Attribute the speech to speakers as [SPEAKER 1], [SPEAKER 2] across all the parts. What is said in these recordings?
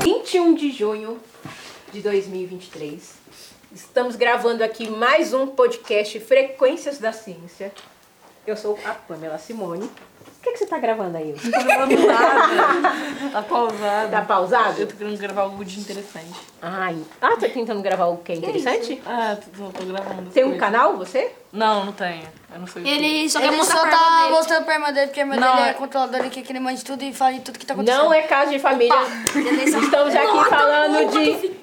[SPEAKER 1] 21 de junho de 2023. Estamos gravando aqui mais um podcast Frequências da Ciência. Eu sou a Pamela Simone. O que, é que você está gravando aí?
[SPEAKER 2] Não tô gravando nada. Tá pausado.
[SPEAKER 1] Tá pausado?
[SPEAKER 2] Eu tô querendo gravar algo de interessante.
[SPEAKER 1] Ai. Ah, tá tentando gravar o que é interessante?
[SPEAKER 2] Ah, tô, tô gravando.
[SPEAKER 1] Tem um
[SPEAKER 2] coisa.
[SPEAKER 1] canal, você?
[SPEAKER 2] Não, não tenho. Eu não sei o que.
[SPEAKER 3] Ele só
[SPEAKER 4] Ele
[SPEAKER 3] quer mostrar
[SPEAKER 4] só
[SPEAKER 3] a
[SPEAKER 4] tá
[SPEAKER 3] perna dele.
[SPEAKER 4] mostrando o perma dele, porque a irmã
[SPEAKER 2] Não,
[SPEAKER 4] dele
[SPEAKER 2] é-
[SPEAKER 4] é controladora ele quer que ele mande tudo e fale tudo que tá acontecendo.
[SPEAKER 1] Não é caso de família. Estamos aqui falando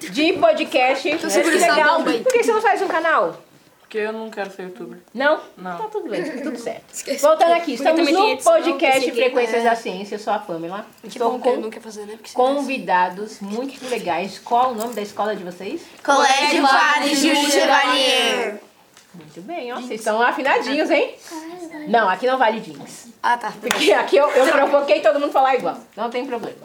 [SPEAKER 1] de, de podcast.
[SPEAKER 4] segura
[SPEAKER 1] que
[SPEAKER 4] essa
[SPEAKER 1] legal.
[SPEAKER 4] bomba aí.
[SPEAKER 1] Por que você não faz um canal?
[SPEAKER 2] Porque eu não quero ser youtuber.
[SPEAKER 1] Não?
[SPEAKER 2] Não.
[SPEAKER 1] Tá tudo bem, tudo certo. Voltando aqui, estamos
[SPEAKER 3] também tem
[SPEAKER 1] no
[SPEAKER 3] edição,
[SPEAKER 1] podcast
[SPEAKER 3] tem que-
[SPEAKER 1] Frequências da Ciência. Eu sou a Pamela.
[SPEAKER 4] né? Que
[SPEAKER 1] Estou
[SPEAKER 4] bom que ele
[SPEAKER 1] com
[SPEAKER 4] não quer fazer, né? Porque senão-
[SPEAKER 1] convidados muito legais. Qual o nome da escola de vocês?
[SPEAKER 3] Colégio Padre Júlio Chevalier.
[SPEAKER 1] Muito bem, ó. Vocês estão afinadinhos, hein? Não, aqui não vale jeans.
[SPEAKER 4] Ah, tá.
[SPEAKER 1] Porque aqui eu, eu provoquei todo mundo falar igual. Não tem problema.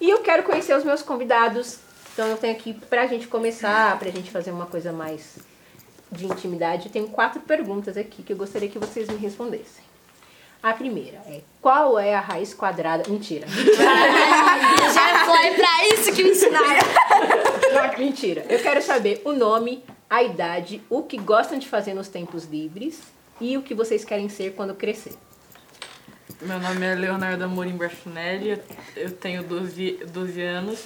[SPEAKER 1] E eu quero conhecer os meus convidados. Então eu tenho aqui, pra gente começar, pra gente fazer uma coisa mais de intimidade, eu tenho quatro perguntas aqui que eu gostaria que vocês me respondessem. A primeira é, qual é a raiz quadrada... Mentira.
[SPEAKER 4] Eu já foi pra isso que me ensinaram.
[SPEAKER 1] Mentira. Eu quero saber o nome, a idade, o que gostam de fazer nos tempos livres e o que vocês querem ser quando crescer.
[SPEAKER 2] Meu nome é Leonardo Amorim Barfinelli, eu- eu tenho 12, 12 anos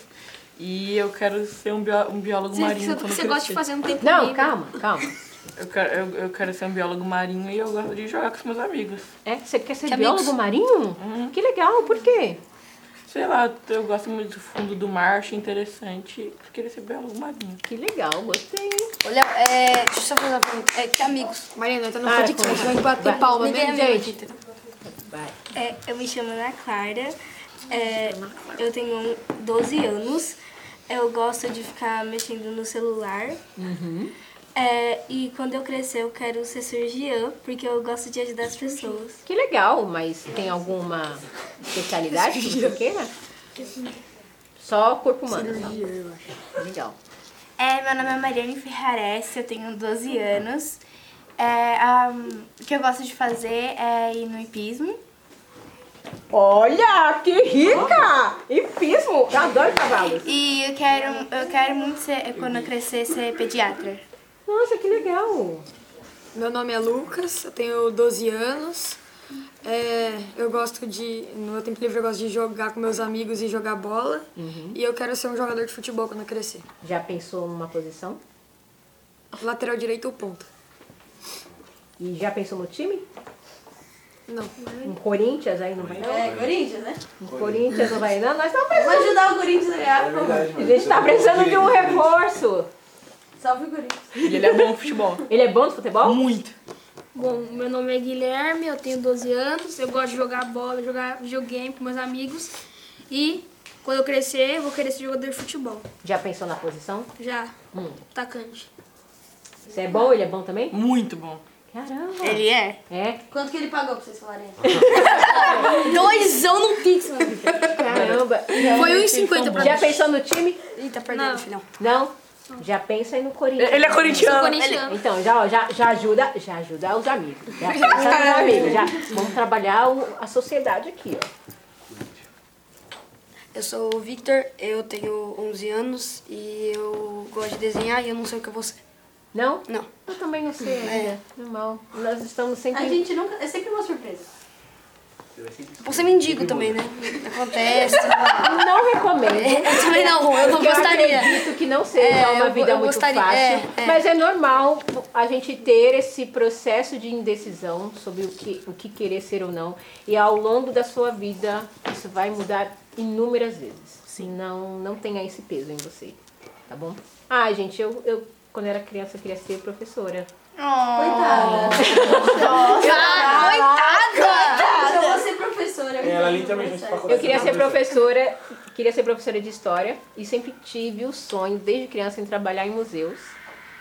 [SPEAKER 2] e eu quero ser um, bió- um biólogo marinho.
[SPEAKER 3] O que
[SPEAKER 2] quando
[SPEAKER 3] você gosta
[SPEAKER 2] crescer.
[SPEAKER 3] de fazer no tempo
[SPEAKER 1] Não,
[SPEAKER 3] livre?
[SPEAKER 1] calma, calma.
[SPEAKER 2] Eu quero, eu, eu quero ser um biólogo marinho e eu gosto de jogar com os meus amigos.
[SPEAKER 1] É? Você quer ser
[SPEAKER 4] Que
[SPEAKER 1] biólogo
[SPEAKER 4] amigos?
[SPEAKER 1] marinho? Que legal, por quê?
[SPEAKER 2] Sei lá, eu gosto muito do fundo do mar, acho interessante. Eu queria ser biólogo marinho.
[SPEAKER 1] Que legal, gostei. hein?
[SPEAKER 4] Olha, é... deixa eu só fazer uma pergunta. É, que amigos?
[SPEAKER 3] Marina, tá no
[SPEAKER 1] Para
[SPEAKER 3] podcast,
[SPEAKER 1] com isso.
[SPEAKER 3] vai bater
[SPEAKER 1] Vai.
[SPEAKER 3] palma,
[SPEAKER 4] Ninguém é
[SPEAKER 3] mesmo
[SPEAKER 4] amigo,
[SPEAKER 3] gente.
[SPEAKER 4] entendeu?
[SPEAKER 1] Vai.
[SPEAKER 5] É, eu me chamo Ana Clara, é, eu tenho 12 anos, eu gosto de ficar mexendo no celular. É, e quando eu crescer eu quero ser cirurgiã, porque eu gosto de ajudar as pessoas.
[SPEAKER 1] Que legal, mas tem alguma especialidade que você queira? Só corpo humano. só. Legal.
[SPEAKER 6] É, meu nome é Mariane Ferrares, eu tenho 12 anos. É, ahm, o que eu gosto de fazer é ir no hipismo.
[SPEAKER 1] Olha, que rica! E pismo! Eu adoro cavalos.
[SPEAKER 6] E eu quero, eu quero muito ser, quando eu crescer, ser pediatra.
[SPEAKER 1] Nossa, que legal.
[SPEAKER 7] Meu nome é Lucas, eu tenho 12 anos. É, eu gosto de. No meu tempo livre eu gosto de jogar com meus amigos e jogar bola. E eu quero ser um jogador de futebol quando eu crescer.
[SPEAKER 1] Já pensou numa posição?
[SPEAKER 7] Lateral direito ou ponta?
[SPEAKER 1] E já pensou no time?
[SPEAKER 7] Não.
[SPEAKER 1] Um Corinthians aí não vai não?
[SPEAKER 8] É, Corinthians, né?
[SPEAKER 1] Um Corinthians não vai não? Nós estamos precisando.
[SPEAKER 8] Vou ajudar o Corinthians a ganhar.
[SPEAKER 9] É verdade,
[SPEAKER 1] A
[SPEAKER 9] mano.
[SPEAKER 1] gente tá precisando de um
[SPEAKER 2] é
[SPEAKER 1] reforço.
[SPEAKER 8] Salve o Corinthians.
[SPEAKER 2] E ele é bom no futebol.
[SPEAKER 1] Ele é bom de futebol?
[SPEAKER 2] Muito.
[SPEAKER 3] Bom, meu nome é Guilherme, eu tenho 12 anos, eu gosto de jogar bola, jogar videogame com meus amigos e quando eu crescer eu vou querer ser jogador de futebol,
[SPEAKER 1] Já pensou na posição?
[SPEAKER 3] já,
[SPEAKER 1] Hum.
[SPEAKER 3] atacante.
[SPEAKER 1] Você é bom? Ele é bom também?
[SPEAKER 2] Muito bom.
[SPEAKER 1] Caramba.
[SPEAKER 6] Ele é?
[SPEAKER 1] É?
[SPEAKER 8] Quanto que ele pagou pra vocês falarem?
[SPEAKER 4] Doisão no Pix, mano.
[SPEAKER 1] Caramba.
[SPEAKER 7] um
[SPEAKER 4] Foi 1,50 pra
[SPEAKER 1] Já
[SPEAKER 4] mim.
[SPEAKER 1] pensou no time?
[SPEAKER 4] Ih, tá perdendo, filhão.
[SPEAKER 1] Não? Já pensa aí no Corinthians.
[SPEAKER 2] Ele é
[SPEAKER 3] Tá,
[SPEAKER 2] corintiano.
[SPEAKER 4] Corintiano.
[SPEAKER 1] Então, já, ó, já, já ajuda, já ajuda os amigos. Já pensa nos amigos. Já, vamos trabalhar o- a sociedade aqui, ó.
[SPEAKER 4] Eu sou o Victor, eu tenho 11 anos e eu gosto de desenhar e eu não sei o que eu vou ser.
[SPEAKER 1] Não?
[SPEAKER 4] Não.
[SPEAKER 1] Eu também não sei ainda. Normal. Nós estamos sempre...
[SPEAKER 8] A gente nunca. É sempre uma surpresa.
[SPEAKER 4] Você ser mendigo também, né? Acontece.
[SPEAKER 1] Não recomendo.
[SPEAKER 4] eu também não, eu
[SPEAKER 1] Eu
[SPEAKER 4] não gostaria.
[SPEAKER 1] acredito que não seja
[SPEAKER 4] É,
[SPEAKER 1] uma
[SPEAKER 4] eu-
[SPEAKER 1] vida
[SPEAKER 4] eu
[SPEAKER 1] muito
[SPEAKER 4] gostaria-
[SPEAKER 1] fácil,
[SPEAKER 4] é, é.
[SPEAKER 1] mas é normal a gente ter esse processo de indecisão sobre o que, o que querer ser ou não. E ao longo da sua vida, isso vai mudar inúmeras vezes. Sim. Não, não tenha esse peso em você, tá bom? Ah, gente, eu, eu quando era criança eu queria ser professora.
[SPEAKER 5] Oh.
[SPEAKER 8] Coitada.
[SPEAKER 4] Coitada!
[SPEAKER 8] Ah, Eu vou ser professora.
[SPEAKER 9] Ela literalmente fez faculdade.
[SPEAKER 1] Eu queria ser professora, queria ser professora de história e sempre tive o sonho desde criança em trabalhar em museus.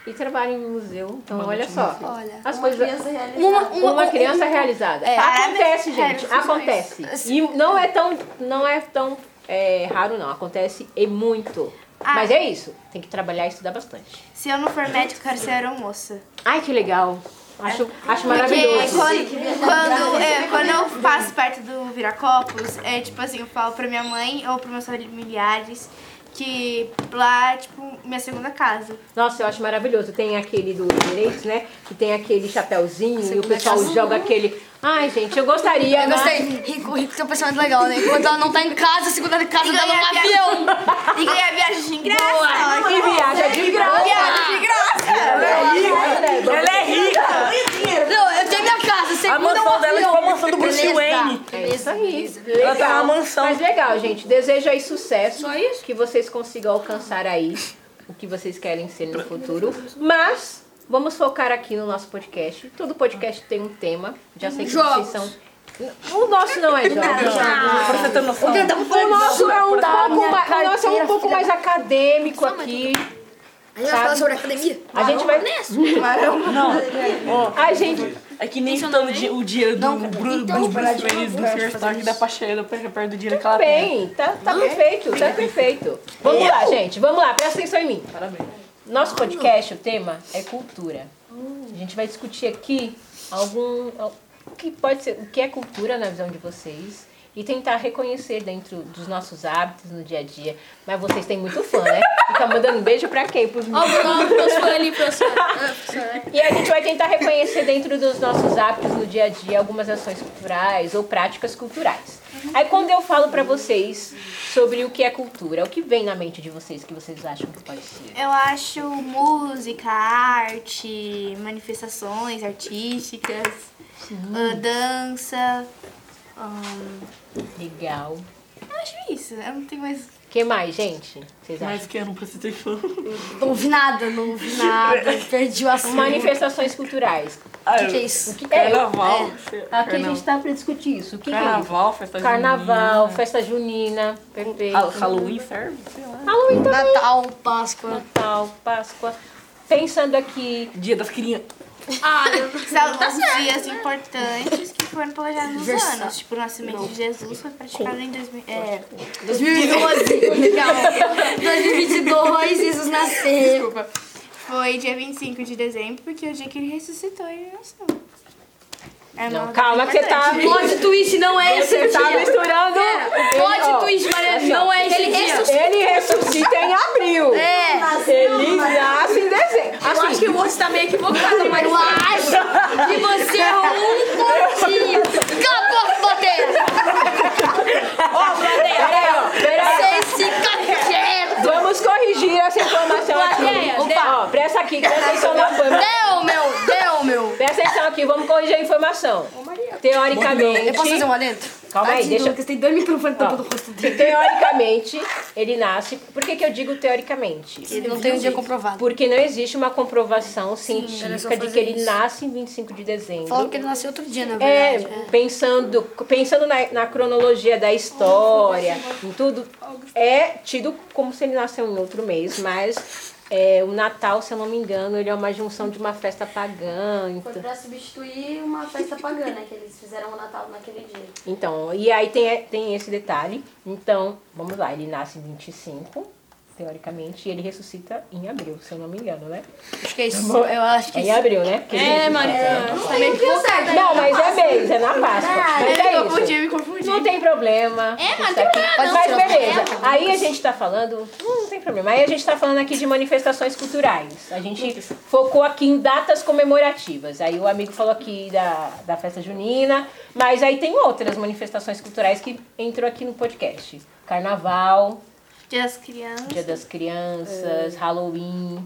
[SPEAKER 1] E trabalho em museu, então olha só.
[SPEAKER 4] Olha,
[SPEAKER 1] as
[SPEAKER 8] Uma
[SPEAKER 1] coisas
[SPEAKER 8] criança realizada.
[SPEAKER 4] Uma,
[SPEAKER 1] é uma, criança realizada. acontece, gente.
[SPEAKER 6] é,
[SPEAKER 1] acontece. E não é tão, não é tão é, raro, não. Acontece e muito.
[SPEAKER 6] Ah.
[SPEAKER 1] Mas é isso. Tem que trabalhar e estudar bastante.
[SPEAKER 6] Se eu não for médico, eu quero ser aeromoça.
[SPEAKER 1] Ai, que legal. Acho, acho
[SPEAKER 6] É. Porque
[SPEAKER 1] maravilhoso.
[SPEAKER 6] quando, quando, é, quando eu faço parte do Viracopos, é tipo assim, eu falo pra minha mãe ou pros meus familiares que lá é tipo minha segunda casa.
[SPEAKER 1] Nossa, eu acho maravilhoso. Tem aquele do direito, né? Que tem aquele chapéuzinho e o pessoal joga aquele. Ai, gente, tá eu gostaria. né?
[SPEAKER 4] Eu
[SPEAKER 1] mas-
[SPEAKER 4] gostei. Rico, rico tem um pensamento legal, né? Enquanto ela não tá em casa, a segunda casa dela é um avião.
[SPEAKER 6] E ganhar viagem de graça.
[SPEAKER 1] Ai, que viaja de graça.
[SPEAKER 6] Viagem de graça.
[SPEAKER 2] Ela é rica!
[SPEAKER 4] Não, eu tenho minha casa, a
[SPEAKER 2] A
[SPEAKER 4] segunda é um
[SPEAKER 2] mansão dela é tipo a
[SPEAKER 4] avião.
[SPEAKER 2] mansão do Bruce
[SPEAKER 4] Beleza.
[SPEAKER 2] Wayne.
[SPEAKER 1] É isso aí.
[SPEAKER 2] Ela tá na mansão.
[SPEAKER 1] Mas legal, gente. Desejo aí sucesso. Só isso? Que vocês consigam alcançar aí o que vocês querem ser no futuro. Mas vamos focar aqui no nosso podcast. Todo podcast tem um tema. Já sei que vocês são. O nosso não é jogos.
[SPEAKER 2] Pra você ter noção.
[SPEAKER 1] O nosso é um pouco mais, o nosso é um pouco mais acadêmico aqui.
[SPEAKER 4] A gente vai falar sobre academia?
[SPEAKER 1] A gente vai.
[SPEAKER 2] Não,
[SPEAKER 1] A gente.
[SPEAKER 2] é que nem todo di- o dinheiro do Bruce do Bruce Wayne do Firstock dá pra chegar perto do dinheiro que ela tem.
[SPEAKER 1] Bem, tá, tá perfeito, tá perfeito. Vamos lá, gente. Vamos lá, presta atenção em mim.
[SPEAKER 2] Parabéns.
[SPEAKER 1] Nosso podcast, o tema é cultura. A gente vai discutir aqui algum al- o que pode ser, o que é cultura na visão de vocês e tentar reconhecer dentro dos nossos hábitos no dia a dia. Mas vocês têm muito fã, né? Fica mandando beijo pra quem? Pros e a gente vai tentar reconhecer dentro dos nossos hábitos no dia a dia algumas ações culturais ou práticas culturais. Aí quando eu falo pra vocês sobre o que é cultura, o que vem na mente de vocês que vocês acham que pode ser?
[SPEAKER 6] Eu acho música, arte, manifestações artísticas, ah, dança. ahn,
[SPEAKER 1] Legal.
[SPEAKER 6] eu acho isso. Eu não tenho mais
[SPEAKER 1] O que mais, gente? Vocês acham?
[SPEAKER 2] Mas que eu não preciso ter fã.
[SPEAKER 4] Não ouvi nada, não ouvi nada. Perdi o assunto.
[SPEAKER 1] Manifestações culturais.
[SPEAKER 2] Ah,
[SPEAKER 4] O que é isso?
[SPEAKER 1] O que é?
[SPEAKER 2] Carnaval.
[SPEAKER 1] Aqui a gente tá pra discutir isso. O que é
[SPEAKER 2] Carnaval, festa
[SPEAKER 1] isso?
[SPEAKER 2] de
[SPEAKER 1] Carnaval, festa junina, perfeito.
[SPEAKER 2] Halloween serve, sei lá.
[SPEAKER 1] Halloween também.
[SPEAKER 4] Natal, Páscoa.
[SPEAKER 1] então, Natal, Páscoa. Pensando aqui
[SPEAKER 2] Dia das crianças.
[SPEAKER 6] São os dias
[SPEAKER 1] né?
[SPEAKER 6] importantes que foram planejados nos anos. Tipo, o nascimento de Jesus foi praticado em 2000. É,
[SPEAKER 4] 2012. Calma. 2022, Jesus nasceu.
[SPEAKER 6] desculpa. Foi dia 25 de dezembro, porque é o dia que ele ressuscitou e ele nasceu. É uma
[SPEAKER 1] Não,
[SPEAKER 6] data
[SPEAKER 1] calma que você tá,
[SPEAKER 6] importante.
[SPEAKER 4] Plot twist não é esse
[SPEAKER 1] você tá
[SPEAKER 4] dia.
[SPEAKER 1] misturando. Ó,
[SPEAKER 4] Plot twist, Maria, não é esse
[SPEAKER 1] Ele
[SPEAKER 4] dia.
[SPEAKER 1] ressuscita, ele ressuscita em abril. É. Ele nasce em dezembro. Assim,
[SPEAKER 4] Acho que o moço tá meio equivocado, mas eu acho que você errou um pontinho. Cala a boca, Bandeira.
[SPEAKER 1] peraí, ó, peraí.
[SPEAKER 4] Você é se cagueta.
[SPEAKER 1] Vamos corrigir essa informação aqui. Opa. Ó, presta aqui, que vocês são na fama.
[SPEAKER 4] Deu, meu, deu, meu.
[SPEAKER 1] Presta atenção aqui, vamos corrigir a informação. Teoricamente.
[SPEAKER 4] Eu posso fazer um adentro?
[SPEAKER 1] Calma aí, deixa.
[SPEAKER 4] Lucas, tem dois microfones
[SPEAKER 1] Ó, teoricamente, ele nasce. Por que, que eu digo teoricamente?
[SPEAKER 4] Ele não tem um dia comprovado.
[SPEAKER 1] Porque não existe uma comprovação científica de que ele nasce em 25 de dezembro.
[SPEAKER 4] Falou que ele nasceu outro dia, na
[SPEAKER 1] É,
[SPEAKER 4] verdade.
[SPEAKER 1] pensando, pensando na, na cronologia da história, em tudo, é tido como se ele nasceu em outro mês, mas é, o Natal, se eu não me engano, ele é uma junção de uma festa pagã.
[SPEAKER 8] Foi
[SPEAKER 1] Então,
[SPEAKER 8] pra substituir uma festa pagã, né? Que eles fizeram o Natal naquele dia.
[SPEAKER 1] então, e aí tem, tem esse detalhe. Então, vamos lá, ele nasce em 25, teoricamente, e ele ressuscita em abril, se eu não me engano, né?
[SPEAKER 4] Acho que é isso. Eu acho que
[SPEAKER 1] É em abril, né? Porque ele
[SPEAKER 4] É,
[SPEAKER 1] ressuscita,
[SPEAKER 4] Maria.
[SPEAKER 1] né?
[SPEAKER 8] Não tem o que certo.
[SPEAKER 1] Não, mas é mês, é na Páscoa. Mas
[SPEAKER 6] Eu me
[SPEAKER 1] é isso.
[SPEAKER 6] confundi, eu me confundi.
[SPEAKER 1] Não tem problema. É, mas tem Mas beleza. Aí a gente tá falando. Não, não tem problema. Aí a gente tá falando aqui de manifestações culturais. A gente focou aqui em datas comemorativas. Aí o amigo falou aqui da, da festa junina. Mas aí tem outras manifestações culturais que entrou aqui no podcast: Carnaval,
[SPEAKER 6] Dia das crianças.
[SPEAKER 1] Dia das Crianças, Halloween.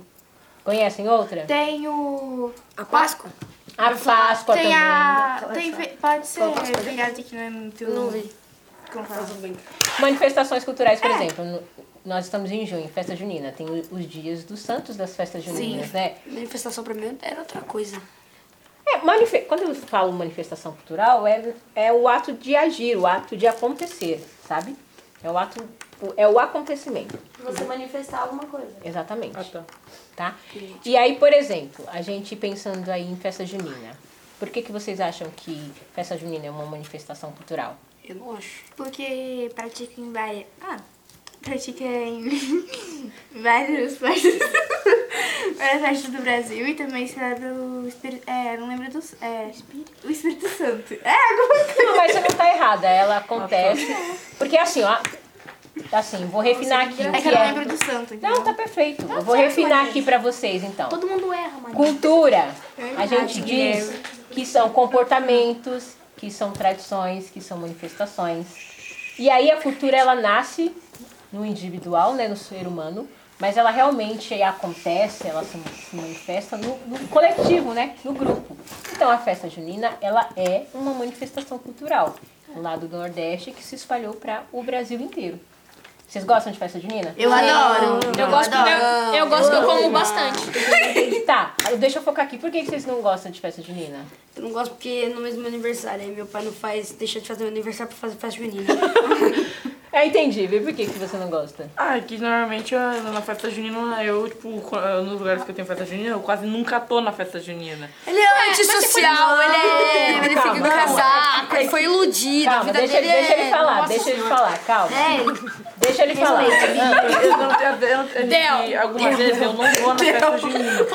[SPEAKER 1] Conhecem outra?
[SPEAKER 6] Tem o.
[SPEAKER 4] A Páscoa?
[SPEAKER 1] A Páscoa
[SPEAKER 6] tem
[SPEAKER 4] é
[SPEAKER 1] também.
[SPEAKER 6] a. Tem, fe- pode ser feriado que não é muito. Não
[SPEAKER 1] Manifestações culturais, por exemplo, no- nós estamos em junho, festa junina. Tem o- os dias dos santos das festas juninas, né?
[SPEAKER 4] Manifestação pra mim era outra coisa.
[SPEAKER 1] É, manife- Quando eu falo manifestação cultural, é, é o ato de agir, o ato de acontecer, sabe? É o ato, o- é o acontecimento,
[SPEAKER 8] Você manifestar alguma coisa.
[SPEAKER 1] exatamente.
[SPEAKER 2] Ah, tá.
[SPEAKER 1] Tá? E aí, por exemplo, a gente pensando aí em festa junina. Por que, que vocês acham que festa junina é uma manifestação cultural?
[SPEAKER 4] Eu não acho.
[SPEAKER 6] Porque pratica em várias. Ah,
[SPEAKER 5] Pratica em vários países, várias partes do Brasil e também celebra o Espírito. É, não lembro dos. É, o Espírito Santo. É, alguma coisa.
[SPEAKER 1] Não, mas você não tá errada, ela acontece. Porque assim, ó. Assim, vou refinar aqui. o
[SPEAKER 5] É que
[SPEAKER 1] que
[SPEAKER 5] eu não
[SPEAKER 1] é.
[SPEAKER 5] lembro do Santo.
[SPEAKER 6] então.
[SPEAKER 1] Não, tá perfeito. Eu vou refinar aqui pra vocês então.
[SPEAKER 4] Todo mundo erra, mano.
[SPEAKER 1] Cultura, a gente diz que são comportamentos, que são tradições, que são manifestações. E aí a cultura ela nasce no individual, né, no ser humano, mas ela realmente acontece, ela se se manifesta no, no coletivo, né, no grupo. Então a festa junina ela é uma manifestação cultural lá do Nordeste que se espalhou para o Brasil inteiro. Vocês gostam de festa junina?
[SPEAKER 6] Eu adoro.
[SPEAKER 3] Eu gosto,
[SPEAKER 9] é
[SPEAKER 3] eu, eu gosto que eu como bastante.
[SPEAKER 1] Tá, deixa eu focar aqui. Por que que vocês não gostam de festa junina?
[SPEAKER 9] Eu não gosto porque é no mesmo meu aniversário, aí meu pai não faz, deixa de fazer meu aniversário pra fazer festa junina.
[SPEAKER 1] É entendível. Por que, que você não gosta?
[SPEAKER 2] Ah, é que normalmente eu- na festa junina eu, tipo, co- eh, nos lugares que eu tenho festa junina, eu quase nunca tô na festa junina.
[SPEAKER 9] Ele é antissocial, ele é. Ele fica
[SPEAKER 1] Calma,
[SPEAKER 9] com casaco, ele foi iludido, a
[SPEAKER 1] Calma,
[SPEAKER 9] vida
[SPEAKER 1] deixa,
[SPEAKER 9] dele
[SPEAKER 1] deixa ele
[SPEAKER 9] é-
[SPEAKER 1] falar,
[SPEAKER 9] Nossa
[SPEAKER 1] deixa ele
[SPEAKER 9] Senhora. É.
[SPEAKER 1] falar, calma. Deixa ele falar. Ah,
[SPEAKER 2] Eu não tenho- eu não tenho-
[SPEAKER 3] Del.
[SPEAKER 2] e algumas vezes eu não vou na festa junina. Eu não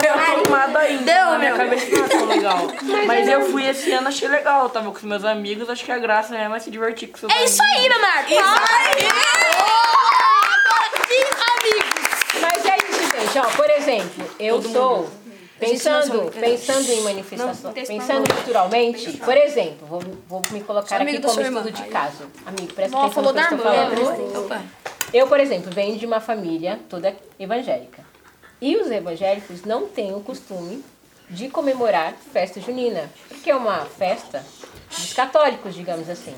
[SPEAKER 2] tô acostumada ainda.
[SPEAKER 9] Del,
[SPEAKER 2] na minha
[SPEAKER 9] meu.
[SPEAKER 2] cabeça não é tão legal. Mas eu fui esse ano, achei legal. Tava com os meus amigos, acho que a graça mesmo é se divertir com seus
[SPEAKER 3] É isso aí, meu Marco.
[SPEAKER 1] Mas é isso, gente. Ó, por exemplo, eu sou pensando, pensando em manifestação, pensando culturalmente, por exemplo, vou, vou me colocar aqui como estudo de caso. Amigo, presta atenção no que eu estou falando. Eu, por exemplo, venho de uma família toda evangélica. E os evangélicos não têm o costume de comemorar festa junina, porque é uma festa dos católicos, digamos assim.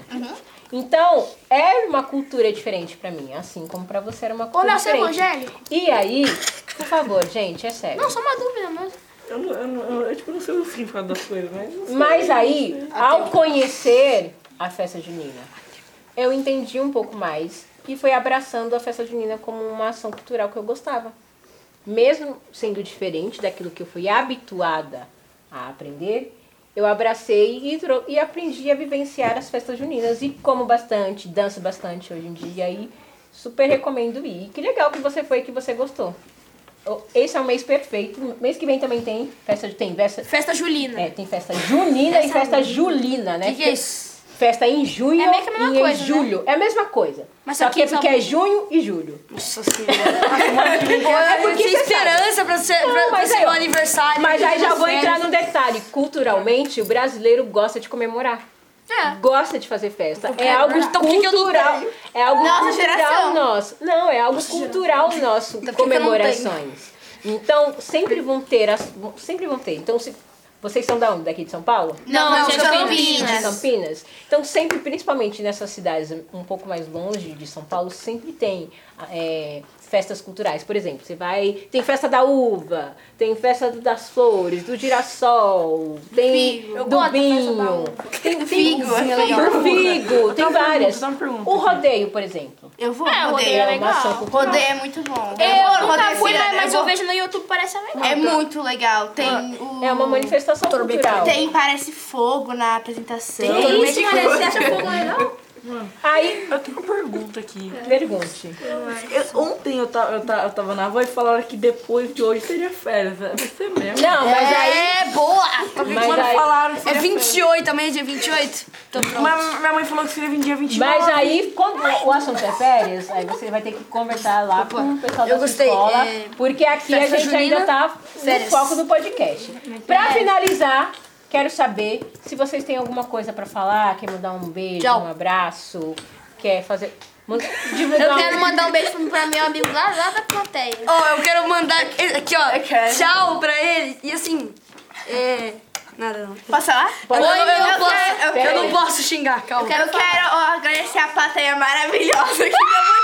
[SPEAKER 1] Então, é uma cultura diferente pra mim, assim como pra você era uma cultura
[SPEAKER 3] meu, você é
[SPEAKER 1] diferente.
[SPEAKER 3] evangélico?
[SPEAKER 1] E aí, por favor, gente, é sério.
[SPEAKER 3] Não, só uma dúvida, mas...
[SPEAKER 2] Eu, não- eu, não- eu, tipo, não sei o significado das coisas, mas...
[SPEAKER 1] Mas aí, ao conhecer a festa junina, eu entendi um pouco mais e foi abraçando a festa junina como uma ação cultural que eu gostava. Mesmo sendo diferente daquilo que eu fui habituada a aprender, eu abracei e, tro- e aprendi a vivenciar as festas juninas. E como bastante, danço bastante hoje em dia e super recomendo ir. Que legal que você foi e que você gostou. Oh, Esse é o mês perfeito. Mês que vem também tem festa, tem festa,
[SPEAKER 3] Festa Julina.
[SPEAKER 1] é, tem festa junina e festa julina, né?
[SPEAKER 9] Que que é isso?
[SPEAKER 1] Festa em junho
[SPEAKER 3] É meio que a mesma
[SPEAKER 1] e
[SPEAKER 3] coisa,
[SPEAKER 1] em
[SPEAKER 3] né?
[SPEAKER 1] julho. É a mesma coisa.
[SPEAKER 3] Mas
[SPEAKER 1] só
[SPEAKER 3] aqui
[SPEAKER 1] que é
[SPEAKER 3] em
[SPEAKER 1] porque
[SPEAKER 3] São-
[SPEAKER 1] é junho e julho.
[SPEAKER 9] Nossa senhora.
[SPEAKER 1] É
[SPEAKER 9] Eu
[SPEAKER 1] porque
[SPEAKER 9] tinha
[SPEAKER 1] você sabe.
[SPEAKER 9] esperança pra ser, pra,
[SPEAKER 1] Não,
[SPEAKER 9] pra
[SPEAKER 1] mas
[SPEAKER 9] ser
[SPEAKER 1] aí,
[SPEAKER 9] meu
[SPEAKER 1] ó.
[SPEAKER 9] aniversário.
[SPEAKER 1] Mas aí já vou
[SPEAKER 9] férias.
[SPEAKER 1] entrar num detalhe. Culturalmente, o brasileiro gosta de comemorar. Gosta de fazer festa. É algo cultural. É algo
[SPEAKER 6] Nossa
[SPEAKER 1] cultural
[SPEAKER 6] geração.
[SPEAKER 1] nosso. Não, é algo cultural nosso.
[SPEAKER 9] Até porque eu não
[SPEAKER 1] comemorações. Então, sempre vão ter. As, sempre vão ter. Então, se, vocês são da onde? Daqui de São Paulo?
[SPEAKER 6] Não,
[SPEAKER 3] Não,
[SPEAKER 6] não,
[SPEAKER 3] gente,
[SPEAKER 6] sou
[SPEAKER 3] eu
[SPEAKER 6] novinha.
[SPEAKER 1] de Campinas. Então sempre, principalmente nessas cidades um pouco mais longe de São Paulo, sempre tem é, festas culturais. Por exemplo, você vai. Tem festa da uva, tem festa do- das flores, do girassol, tem do vinho. Tem, tem figo, do figo, tem várias.
[SPEAKER 2] só uma pergunta,
[SPEAKER 1] O rodeio, por exemplo.
[SPEAKER 6] Eu vou.
[SPEAKER 3] É, o rodeio
[SPEAKER 6] rodeio.
[SPEAKER 3] é
[SPEAKER 1] É uma ação
[SPEAKER 3] legal.
[SPEAKER 1] cultural.
[SPEAKER 6] Rodeio é muito bom.
[SPEAKER 3] Eu
[SPEAKER 6] adoro
[SPEAKER 3] nunca
[SPEAKER 6] rodeio,
[SPEAKER 3] fui,
[SPEAKER 6] Juliana,
[SPEAKER 3] mas, mas
[SPEAKER 6] eu
[SPEAKER 3] eu
[SPEAKER 6] vou-
[SPEAKER 3] vejo no YouTube, parece legal.
[SPEAKER 6] É muito legal. Tem
[SPEAKER 5] Ah,
[SPEAKER 6] o...
[SPEAKER 1] É uma manifestação cultural.
[SPEAKER 6] Tem, parece fogo na apresentação.
[SPEAKER 1] Então. Tem
[SPEAKER 6] Muito
[SPEAKER 1] isso,
[SPEAKER 6] legal.
[SPEAKER 3] Você acha fogo legal?
[SPEAKER 1] Aí,
[SPEAKER 2] Eu tenho uma pergunta aqui.
[SPEAKER 1] É. pergunte.
[SPEAKER 2] Eu- ontem eu tava, eu, ta- eu tava na rua e falaram que depois de hoje seria férias. Deve ser mesmo.
[SPEAKER 1] Não, mas aí.
[SPEAKER 9] É, boa!
[SPEAKER 1] Mas
[SPEAKER 2] Quando
[SPEAKER 1] aí,
[SPEAKER 2] falaram que
[SPEAKER 9] É
[SPEAKER 2] seria
[SPEAKER 9] 28, amanhã é dia 28? Então pronto.
[SPEAKER 2] Mas minha mãe falou que seria em dia 29.
[SPEAKER 1] Mas aí, quando o assunto é férias, aí você vai ter que conversar lá com o pessoal da
[SPEAKER 9] eu
[SPEAKER 1] sua
[SPEAKER 9] gostei,
[SPEAKER 1] escola,
[SPEAKER 9] é,
[SPEAKER 1] porque aqui a
[SPEAKER 9] festa
[SPEAKER 1] gente ainda
[SPEAKER 9] junina,
[SPEAKER 1] tá no
[SPEAKER 9] férias.
[SPEAKER 1] foco do podcast. Pra finalizar, quero saber se vocês têm alguma coisa pra falar, quer mandar um beijo,
[SPEAKER 9] Tchau.
[SPEAKER 1] um abraço, quer fazer... man-
[SPEAKER 3] Eu
[SPEAKER 1] divulgar
[SPEAKER 3] quero
[SPEAKER 1] um-
[SPEAKER 3] mandar um beijo pra meu amigo lá, lá da plateia.
[SPEAKER 9] Ó, eu quero mandar aqui, ó, tchau pra ele. E assim, é... Nada não.
[SPEAKER 6] Posso falar?
[SPEAKER 9] Eu, não- eu não
[SPEAKER 6] eu
[SPEAKER 9] posso,
[SPEAKER 6] quero-
[SPEAKER 9] eu,
[SPEAKER 1] quero-
[SPEAKER 9] não posso xingar, calma.
[SPEAKER 6] Eu quero ó, agradecer a plateia maravilhosa que deu